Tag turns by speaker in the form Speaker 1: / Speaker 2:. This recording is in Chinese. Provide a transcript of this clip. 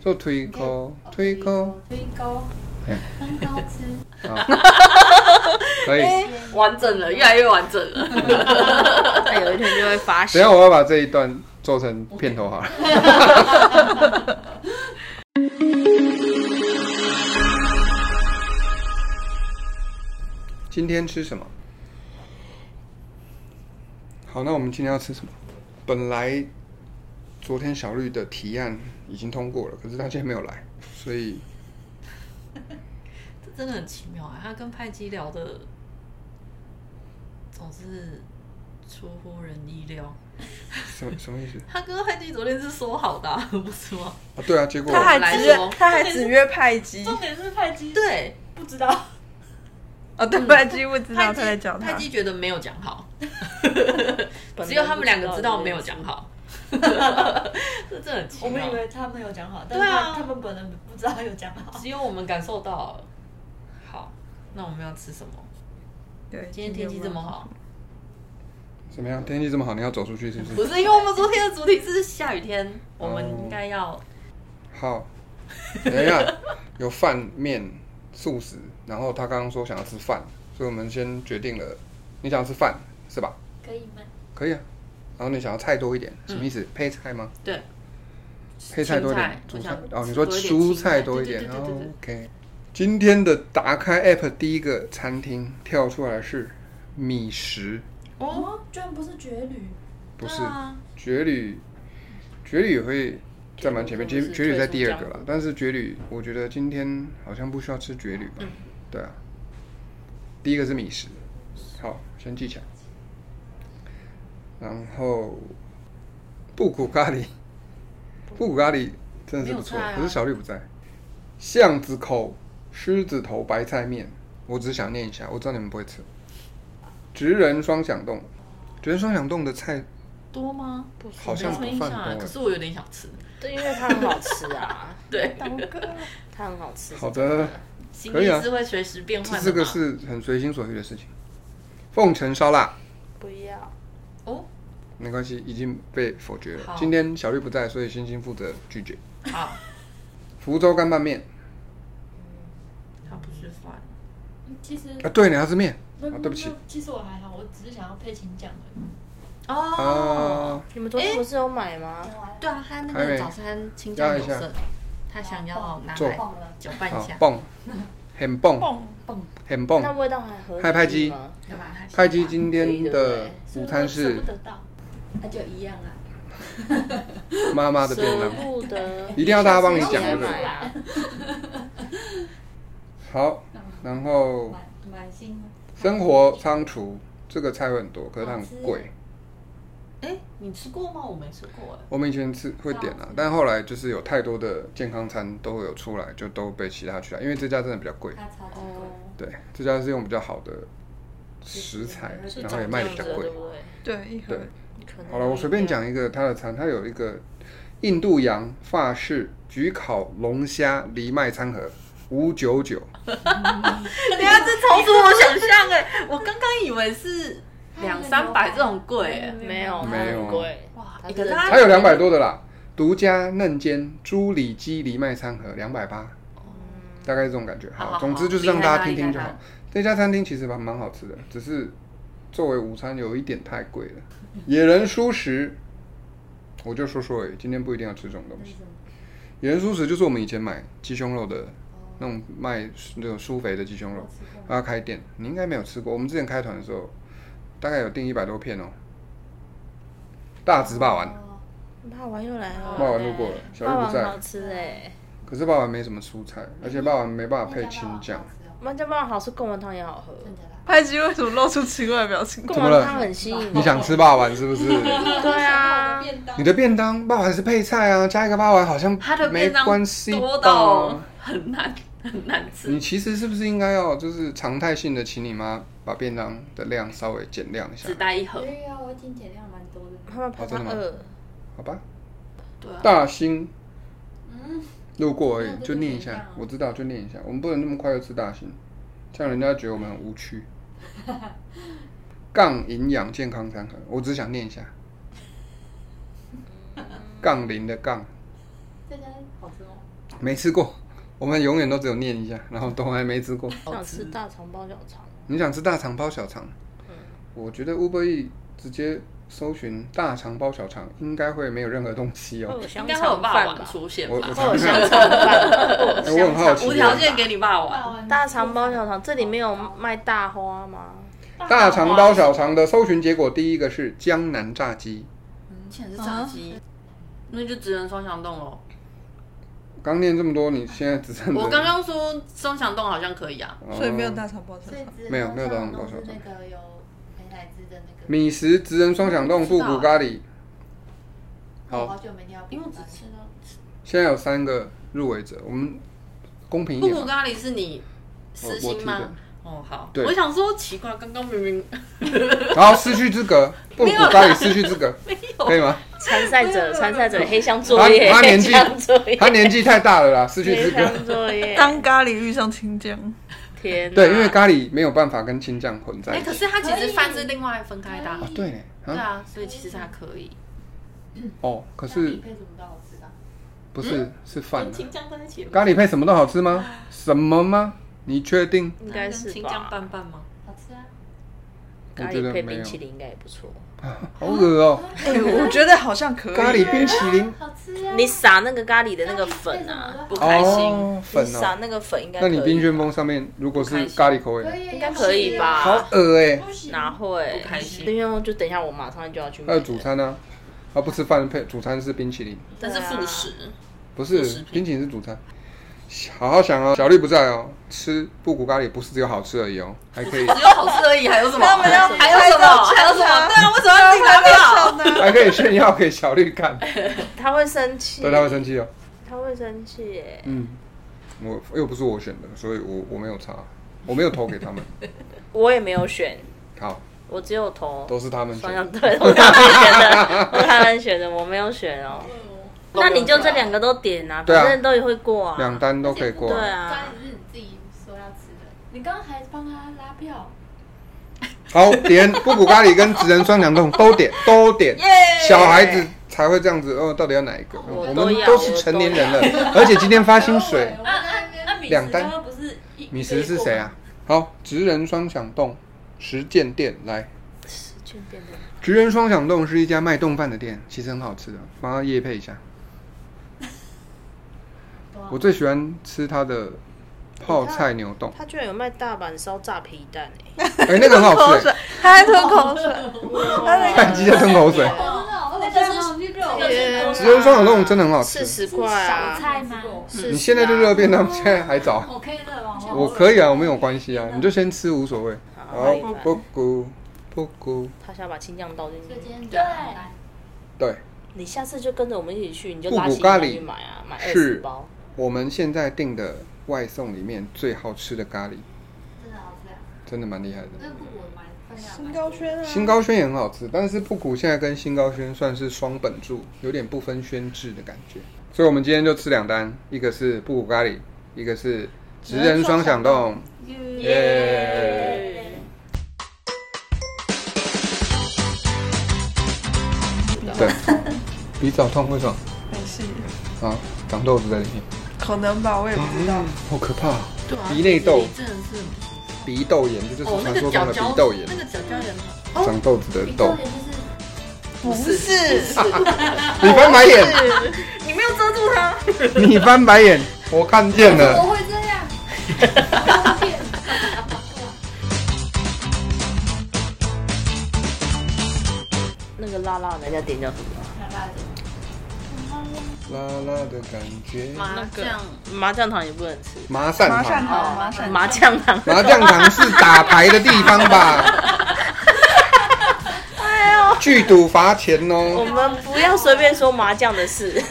Speaker 1: 做推
Speaker 2: 哦
Speaker 1: 钩，推钩，
Speaker 3: 哦推钩，
Speaker 1: 哎
Speaker 3: 很好吃。
Speaker 1: 好，可以。
Speaker 2: 哎
Speaker 4: 完整了，越来越完整了。
Speaker 2: 他有一天就会发
Speaker 1: 等一
Speaker 2: 现
Speaker 1: 下。我要把这一段做成片头好了。今天吃什么？好，那我们今天要吃什么？本来昨天小绿的提案已经通过了，可是他今天没有来，所以
Speaker 4: 这真的很奇妙啊！他跟派基聊的总是出乎人意料。
Speaker 1: 什么什么意思
Speaker 4: 他跟派基昨天是说好的、啊， 不是吗？
Speaker 1: 啊？对啊，结果
Speaker 2: 他还只约
Speaker 4: 来说
Speaker 2: 他还只约派基
Speaker 3: 重点是派基，
Speaker 4: 对，
Speaker 3: 不知道，
Speaker 2: 哦，对，派基不知道
Speaker 4: 派
Speaker 2: 他
Speaker 4: 基
Speaker 2: 在讲
Speaker 4: 派
Speaker 2: 他，
Speaker 4: 基觉得没有讲 好，
Speaker 2: 本
Speaker 4: 只
Speaker 2: 人
Speaker 4: 有他们两个知道
Speaker 2: 不
Speaker 4: 没有讲好。 这真的很奇
Speaker 3: 我们
Speaker 4: 妙
Speaker 3: 以，为他们有讲好，但
Speaker 4: 对啊
Speaker 3: 他他们本人不知道有讲好。
Speaker 4: 只有我们感受到了。好，那我们要吃什么？
Speaker 2: 对，
Speaker 4: 今天天气这么好，
Speaker 1: 怎么样？天气这么好，你要走出去是不
Speaker 4: 不
Speaker 1: 是？
Speaker 4: 是因为我们昨天的主题是下雨天，我们应该要
Speaker 1: 好，等一下，有饭面素食，然后他刚刚说想要吃饭，所以我们先决定了，你想要吃饭是吧？
Speaker 3: 可以吗？
Speaker 1: 可以啊。然后你想要菜多一点，什么意思？配菜吗？
Speaker 4: 对
Speaker 1: 配菜多一点，
Speaker 4: 青
Speaker 1: 主
Speaker 4: 嗯菜
Speaker 1: 菜
Speaker 4: 我想
Speaker 1: 哦，你说
Speaker 4: 多一点
Speaker 1: 蔬
Speaker 4: 青
Speaker 1: 菜
Speaker 4: 菜
Speaker 1: 多一点
Speaker 4: 对对对对对
Speaker 1: 哦，OK。今天的打开 App 第一个餐厅跳出来是米食，
Speaker 4: 哦，
Speaker 3: 哦，居然不是绝旅，
Speaker 1: 不是
Speaker 4: 对啊
Speaker 1: 绝旅，绝旅也会在蛮前面，
Speaker 4: 绝旅
Speaker 1: 绝
Speaker 4: 是
Speaker 1: 绝旅在第二个
Speaker 4: 退出
Speaker 1: 啦
Speaker 4: 江湖。
Speaker 1: 但是绝旅，我觉得今天好像不需要吃绝旅吧？
Speaker 4: 嗯
Speaker 1: 对啊，第一个是米食，好，先记起来。然后布谷咖喱，布谷咖喱真的是不错，
Speaker 4: 没有菜啊
Speaker 1: 可是小绿不在。巷子口狮子头白菜面，我只想念一下，我知道你们不会吃。职人双响动，职人双响动的菜
Speaker 4: 多吗？
Speaker 1: 好像
Speaker 4: 没
Speaker 1: 不
Speaker 4: 什么印
Speaker 1: 犯
Speaker 4: 象
Speaker 1: 规
Speaker 4: 啊，可是我有点想吃。
Speaker 2: 对，因为它很好吃啊，
Speaker 4: 对，
Speaker 2: 它很好吃。
Speaker 1: 好的，
Speaker 4: 行
Speaker 1: 可以啊
Speaker 4: 李是会随时变
Speaker 1: 这
Speaker 4: 换
Speaker 1: 这
Speaker 4: 的
Speaker 1: 个
Speaker 4: 嘛？
Speaker 1: 是很随心所欲的事情。凤城烧腊
Speaker 2: 不要，
Speaker 4: 哦，
Speaker 1: 没关系，已经被否决了。
Speaker 4: 好
Speaker 1: 今天小绿不在，所以星星负责拒绝。
Speaker 4: 好，
Speaker 1: 福州干拌面
Speaker 4: 它不是饭，
Speaker 3: 嗯其实
Speaker 1: 啊，对，你要吃面
Speaker 3: 没
Speaker 1: 啊，对不起
Speaker 3: 没其实我还好，我只是想要配青酱而已。
Speaker 1: 啊，
Speaker 4: 哦，
Speaker 2: 你们昨天不是有买吗？
Speaker 4: 对啊，他那
Speaker 1: 还没
Speaker 4: 个早餐清酱有
Speaker 1: 压一下
Speaker 4: 剩，他想要拿
Speaker 1: 坐
Speaker 4: 来
Speaker 3: 忘了，
Speaker 4: 搅拌一
Speaker 1: 啊好
Speaker 4: 下，
Speaker 1: 棒，很棒，很
Speaker 2: 那
Speaker 1: 棒。
Speaker 2: 味道还合理
Speaker 1: 嗨派嗯基
Speaker 2: 吗
Speaker 4: 对吧？它喜欢
Speaker 1: 派基今天的午餐
Speaker 3: 舍
Speaker 1: 是
Speaker 3: 不得到，那就一样啊。
Speaker 1: 妈妈的便
Speaker 2: 舍
Speaker 1: 当，
Speaker 2: 不得，
Speaker 1: 一定要大家帮你讲对
Speaker 2: 对
Speaker 1: 不对？
Speaker 2: 吧？
Speaker 1: 好，然后
Speaker 3: 买买新吗
Speaker 1: 生活仓储这个菜会很多，可是它很贵。
Speaker 4: 哎，你吃过吗？我没吃过哎。
Speaker 1: 我们以前吃会点啊，但后来就是有太多的健康餐都会有出来，就都被其他取代，因为这家真的比较贵。
Speaker 3: 它超级
Speaker 2: 哦，
Speaker 1: 对，这家是用比较好的食材，然后也卖的比较贵。
Speaker 2: 对，一盒
Speaker 1: 对，
Speaker 2: 嗯可能
Speaker 1: 好了，我随便讲一个它的餐，它有一个印度洋法式焗烤龙虾藜麦餐盒，五九九。
Speaker 4: 等一下这超出我想象哎，我刚刚以为是两三百这种贵哎，
Speaker 2: 没有，
Speaker 1: 没有啊
Speaker 2: 它很贵，
Speaker 4: 哇
Speaker 2: 它，是
Speaker 4: 可是
Speaker 1: 还有
Speaker 4: 它
Speaker 1: 两百多的啦，独家嫩煎猪里脊藜麦餐盒两百八，大概是这种感觉。
Speaker 4: 哦好好好
Speaker 1: 总之就是让大家听听就
Speaker 4: 明
Speaker 1: 好
Speaker 4: 白。
Speaker 1: 这家餐厅其实蛮蛮好吃的，只是作为午餐有一点太贵了。野人蔬食，我就说说而已，今天不一定要吃这种东西。野人蔬食就是我们以前买鸡胸肉
Speaker 4: 哦
Speaker 1: 的。那种卖那种酥肥的鸡胸肉，它要开店，你应该没有吃过。我们之前开团的时候，大概有订一百多片哦，大直霸丸，
Speaker 2: 霸王又来了，哦
Speaker 1: 霸王路过了，小
Speaker 2: 霸
Speaker 1: 鹿
Speaker 2: 王
Speaker 1: 不
Speaker 2: 好
Speaker 1: 在。
Speaker 2: 吃哎，
Speaker 1: 可是霸王没什么蔬菜，而且霸王没办
Speaker 3: 哦
Speaker 1: 法配青 酱。
Speaker 2: 我们家霸王好吃，贡丸汤也好喝，
Speaker 5: 拍机为什么露出奇怪的表情？
Speaker 2: 贡
Speaker 1: 怎么
Speaker 2: 丸
Speaker 1: 了
Speaker 2: 汤很吸引
Speaker 4: 嗯
Speaker 2: 人。
Speaker 1: 你想吃霸王是 不是？
Speaker 2: 对啊，
Speaker 1: 你的便当霸王是配菜啊，加一个霸王好像
Speaker 4: 它的
Speaker 1: 没
Speaker 4: 便当
Speaker 1: 关系
Speaker 4: 多到
Speaker 1: 吧？
Speaker 4: 很难很难吃
Speaker 1: 你。其实是不是应该要就是常态性的请你妈把便当的量稍微减量一下
Speaker 4: 只？带一盒，
Speaker 3: 对啊，我已经减量蛮多的。
Speaker 2: 他们怕
Speaker 1: 哦真
Speaker 2: 他
Speaker 1: 的吗
Speaker 2: 饿，
Speaker 1: 好吧，
Speaker 4: 对啊，
Speaker 1: 大兴
Speaker 3: 嗯，
Speaker 1: 路过而
Speaker 3: 那
Speaker 1: 已，
Speaker 3: 这
Speaker 1: 就
Speaker 3: 个
Speaker 1: 念一
Speaker 3: 便
Speaker 1: 下
Speaker 3: 当，
Speaker 1: 我知道就念一下，我们不能那么快就吃大兴，这样人家觉得我们很无 趣。杠营养健康餐盒，我只想念一下。杠铃的杠，
Speaker 3: 这家好吃哦吗？
Speaker 1: 没吃过，我们永远都只有念一下，然后都还没吃过。
Speaker 2: 想吃大肠包小肠，
Speaker 1: 你想吃大肠包小肠？我觉得 Uber E 直接搜寻大肠包小肠，应该会没有任何东西哦。
Speaker 2: 有
Speaker 4: 应
Speaker 2: 香
Speaker 4: 该会有
Speaker 2: 肠
Speaker 4: 霸
Speaker 2: 饭
Speaker 4: 王
Speaker 2: 吧？
Speaker 4: 出现
Speaker 1: 我
Speaker 4: 吧？
Speaker 1: 我
Speaker 2: 有香
Speaker 1: 想
Speaker 2: 肠饭，
Speaker 1: 哎我 很好奇
Speaker 4: 无条件给你霸王，
Speaker 2: 大肠包小肠，这里面有卖大花吗？
Speaker 1: 大肠包小肠的搜寻结果第一个是江南炸鸡，
Speaker 4: 竟然是炸鸡，那就只能双响洞喽。
Speaker 1: 刚念这么多，你现在只剩
Speaker 4: 我刚刚说双响洞好像可以啊，
Speaker 1: 哦
Speaker 5: 所以没有大肠包小
Speaker 3: 所以
Speaker 5: 肠。
Speaker 3: 只
Speaker 1: 没有没有大肠包
Speaker 3: 都
Speaker 1: 小
Speaker 3: 是
Speaker 1: 肠
Speaker 3: 那个有美乃滋的那个。
Speaker 1: 米食职人双响动
Speaker 4: 我
Speaker 1: 复
Speaker 4: 不知道啊
Speaker 1: 古咖喱。
Speaker 3: 我
Speaker 1: 好
Speaker 3: 好，久没听到，
Speaker 4: 因为我只吃到
Speaker 1: 现在有三个入围者，我们公平一
Speaker 4: 布
Speaker 1: 点
Speaker 4: 谷
Speaker 1: 吧。
Speaker 4: 咖喱是你私
Speaker 1: 我我
Speaker 4: 心
Speaker 1: 提
Speaker 4: 吗
Speaker 1: 的？，
Speaker 4: 哦，好，
Speaker 1: 对
Speaker 4: 我想说奇怪，刚刚明明
Speaker 1: 然后失去资 格，不古咖喱失去资格，
Speaker 4: 没
Speaker 1: 可以
Speaker 4: 有，
Speaker 1: 吗？
Speaker 2: 参赛者，参赛者黑箱作业，
Speaker 1: 他他年纪
Speaker 2: 黑箱作业，
Speaker 1: 他年纪太大了啦，失去资
Speaker 2: 黑
Speaker 1: 格。
Speaker 2: 箱作业，
Speaker 5: 当咖喱遇上青酱，
Speaker 2: 天哪，
Speaker 1: 对，因为咖喱没有办法跟青酱混在
Speaker 4: 哎，
Speaker 1: 一起
Speaker 4: 可。是它其实饭是另外分开的啊
Speaker 3: 可
Speaker 1: 啊
Speaker 3: 以，
Speaker 1: 对呢，
Speaker 4: 对
Speaker 1: 啊，
Speaker 4: 啊，所以其实它可以。
Speaker 1: 哦，可
Speaker 3: 那你
Speaker 1: 是
Speaker 3: 配什么都好吃的啊，
Speaker 1: 不是
Speaker 4: 嗯
Speaker 1: 是饭啊？
Speaker 4: 酱在一起
Speaker 1: 咖喱配什么都好吃吗？什么吗？你确定？
Speaker 2: 应该是
Speaker 4: 青酱
Speaker 2: 吧？
Speaker 4: 拌拌吗？
Speaker 3: 好吃啊。
Speaker 1: 我
Speaker 2: 咖
Speaker 1: 觉
Speaker 2: 喱
Speaker 1: 得
Speaker 2: 配
Speaker 1: 没
Speaker 2: 冰
Speaker 1: 有，
Speaker 2: 淇淋应该也不错。
Speaker 1: 好恶哦、
Speaker 5: 哎我觉得好像可以。
Speaker 1: 咖喱冰淇淋，
Speaker 3: 好吃啊！
Speaker 2: 你撒那个咖喱的那个粉啊，
Speaker 4: 不开心，
Speaker 1: 哦，
Speaker 2: 你
Speaker 1: 粉
Speaker 2: 撒
Speaker 1: 哦、
Speaker 2: 那个粉应该
Speaker 1: 那
Speaker 2: 可以。
Speaker 1: 你冰旋风上面如果是咖喱口味
Speaker 3: 可
Speaker 1: 的，
Speaker 3: 以啊
Speaker 2: 应该可以吧
Speaker 1: 好恶哎、欸，
Speaker 2: 哪会
Speaker 4: 不开心
Speaker 2: 冰旋风就等一下，我马上就要去
Speaker 1: 还
Speaker 2: 买
Speaker 1: 有
Speaker 2: 了。
Speaker 1: 主餐呢、啊？啊，不吃饭配主餐是冰淇淋，
Speaker 4: 但是副食。
Speaker 1: 不
Speaker 4: 副
Speaker 1: 是
Speaker 4: 食品
Speaker 1: 冰淇淋是主餐。好好想哦，小绿不在哦，吃布谷咖喱不是只有好吃而已哦，还可以
Speaker 4: 只有好吃而已，还有什么？
Speaker 5: 他们要
Speaker 4: 还有什
Speaker 5: 拍照
Speaker 4: 么？
Speaker 5: 呛他
Speaker 4: 还有什么？对啊，为什么要自己拿表？
Speaker 1: 还可以炫耀给小绿看，
Speaker 2: 他会生气，
Speaker 1: 对，他会生气哦。
Speaker 2: 他会生气耶。
Speaker 1: 嗯，我又不是我选的，所以我我没有差，我没有投给他们。
Speaker 2: 我也没有选，
Speaker 1: 好，
Speaker 2: 我只有投
Speaker 1: 都是他们选
Speaker 2: 双
Speaker 1: 的
Speaker 2: 向对，我他们选的，我他们选的，我没有选哦。那你就这两个都点啊，
Speaker 1: 对啊
Speaker 2: 反正都会过啊。
Speaker 1: 两单都可以过。
Speaker 2: 对
Speaker 3: 咖
Speaker 2: 啊
Speaker 3: 喱，是你自己说要吃的，你刚刚还帮他拉票，
Speaker 1: 好，点布谷咖喱跟直人双响洞都点，都点。小孩子才会这样子，哦，到底要哪一个？
Speaker 2: 我
Speaker 1: 我
Speaker 2: 都
Speaker 1: 们
Speaker 2: 要
Speaker 1: 都是成年人了，而且今天发薪 水。
Speaker 3: 我在那边
Speaker 4: 那米
Speaker 1: 两单
Speaker 4: 刚刚不是一
Speaker 1: 米食是谁？啊？好，直人双响洞实践店来。
Speaker 2: 去点的
Speaker 1: 直人双响洞是一家卖冻饭的店，其实很好吃的，帮他夜配一下。
Speaker 2: 哦
Speaker 1: 我最喜欢吃它的泡菜牛冻，
Speaker 2: 他居然有卖大阪烧炸皮蛋哎！
Speaker 1: 哎、那个很好
Speaker 5: 口
Speaker 1: 吃、
Speaker 5: 水
Speaker 1: 欸，，
Speaker 5: 他还吞口水，他那
Speaker 1: 看
Speaker 5: 个
Speaker 1: 鸡在吞口水。
Speaker 3: 真的，哦我觉得好去肉，
Speaker 2: 天
Speaker 1: 直人双响洞真的很好
Speaker 2: 四
Speaker 1: 吃，
Speaker 2: 十块
Speaker 3: 小
Speaker 2: 啊！
Speaker 3: 菜吗？
Speaker 1: 你现在就热便当，现在还早。
Speaker 3: 我可以热吗？
Speaker 1: 我可以啊，我没有关系啊，你就先吃无所谓。
Speaker 2: 好
Speaker 1: 好，不咕不咕，
Speaker 2: 他想把青酱倒进
Speaker 3: 所以今
Speaker 2: 去，
Speaker 3: 天两单，
Speaker 1: 对，
Speaker 2: 你下次就跟着我们一起去，你就
Speaker 1: 复
Speaker 2: 拉
Speaker 1: 古
Speaker 2: 青酱
Speaker 1: 咖喱
Speaker 2: 去买啊，买二十
Speaker 1: 是
Speaker 2: 包。
Speaker 1: 我们现在订的外送里面最好吃的咖喱，
Speaker 3: 真的好吃啊！
Speaker 1: 真的蛮厉害的。
Speaker 3: 那不我蛮分量蛮多
Speaker 5: 新高轩啊，
Speaker 1: 新高轩也很好吃，但是布谷现在跟新高轩算是双本柱，有点不分轩制的感觉。所以我们今天就吃两单，一个是布谷咖喱，一个是直人双响动。耶！ 对，比较痛会爽
Speaker 5: 没事，
Speaker 1: 啊，长痘子在里面。
Speaker 5: 可能吧，我也不知道。
Speaker 1: 好可怕、
Speaker 4: 对啊
Speaker 1: 鼻内痘、
Speaker 4: 真的是
Speaker 1: 鼻窦炎，这就是
Speaker 4: 哦，那
Speaker 1: 传
Speaker 4: 个
Speaker 1: 说中
Speaker 4: 角
Speaker 1: 的鼻
Speaker 4: 角
Speaker 1: 窦炎
Speaker 4: 那，个角哦角炎吗
Speaker 1: 长痘子的
Speaker 3: 比较
Speaker 1: 痘
Speaker 3: 也。就是
Speaker 5: 不是，
Speaker 1: 你翻白眼，
Speaker 4: 你没有遮住 它，
Speaker 1: 你翻白眼，我看见了。
Speaker 3: 我会这样，方便。
Speaker 2: 那个辣辣的那家店叫什么？
Speaker 1: 辣辣的感觉，
Speaker 4: 麻酱
Speaker 2: 麻酱糖也不能吃，
Speaker 1: 麻善
Speaker 5: 麻善
Speaker 1: 堂，
Speaker 5: 堂，麻善堂，
Speaker 2: 麻酱糖。
Speaker 1: 麻将堂是打牌的地方 吧？哎呦，剧赌罚钱
Speaker 2: 我
Speaker 1: 哦。
Speaker 2: 们不要随便说麻将的事。